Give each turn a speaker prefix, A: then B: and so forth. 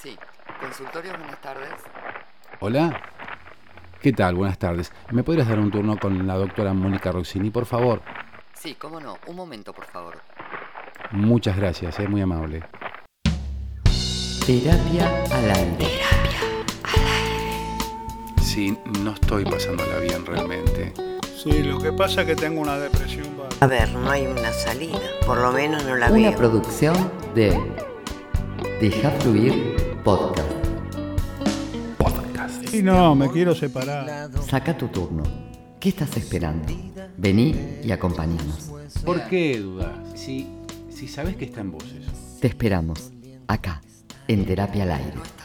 A: Sí. Consultorios, buenas tardes.
B: Hola. ¿Qué tal? Buenas tardes. ¿Me podrías dar un turno con la doctora Mónica Rossini, por favor?
A: Sí, cómo no. Un momento, por favor.
B: Muchas gracias, es muy amable.
A: Terapia al aire.
B: Sí, no estoy pasándola bien realmente.
C: Sí, lo que pasa es que tengo una depresión. bárbara.
D: A ver, no hay una salida. Por lo menos no la
A: Una
D: veo.
A: producción de Deja Fluir Podcast.
B: Podcast.
C: Y no, me quiero separar.
A: Saca tu turno. ¿Qué estás esperando? Vení y acompáñanos.
B: ¿Por qué dudas? Si, si sabes que está en voces.
A: Te esperamos, acá, en Terapia al Aire.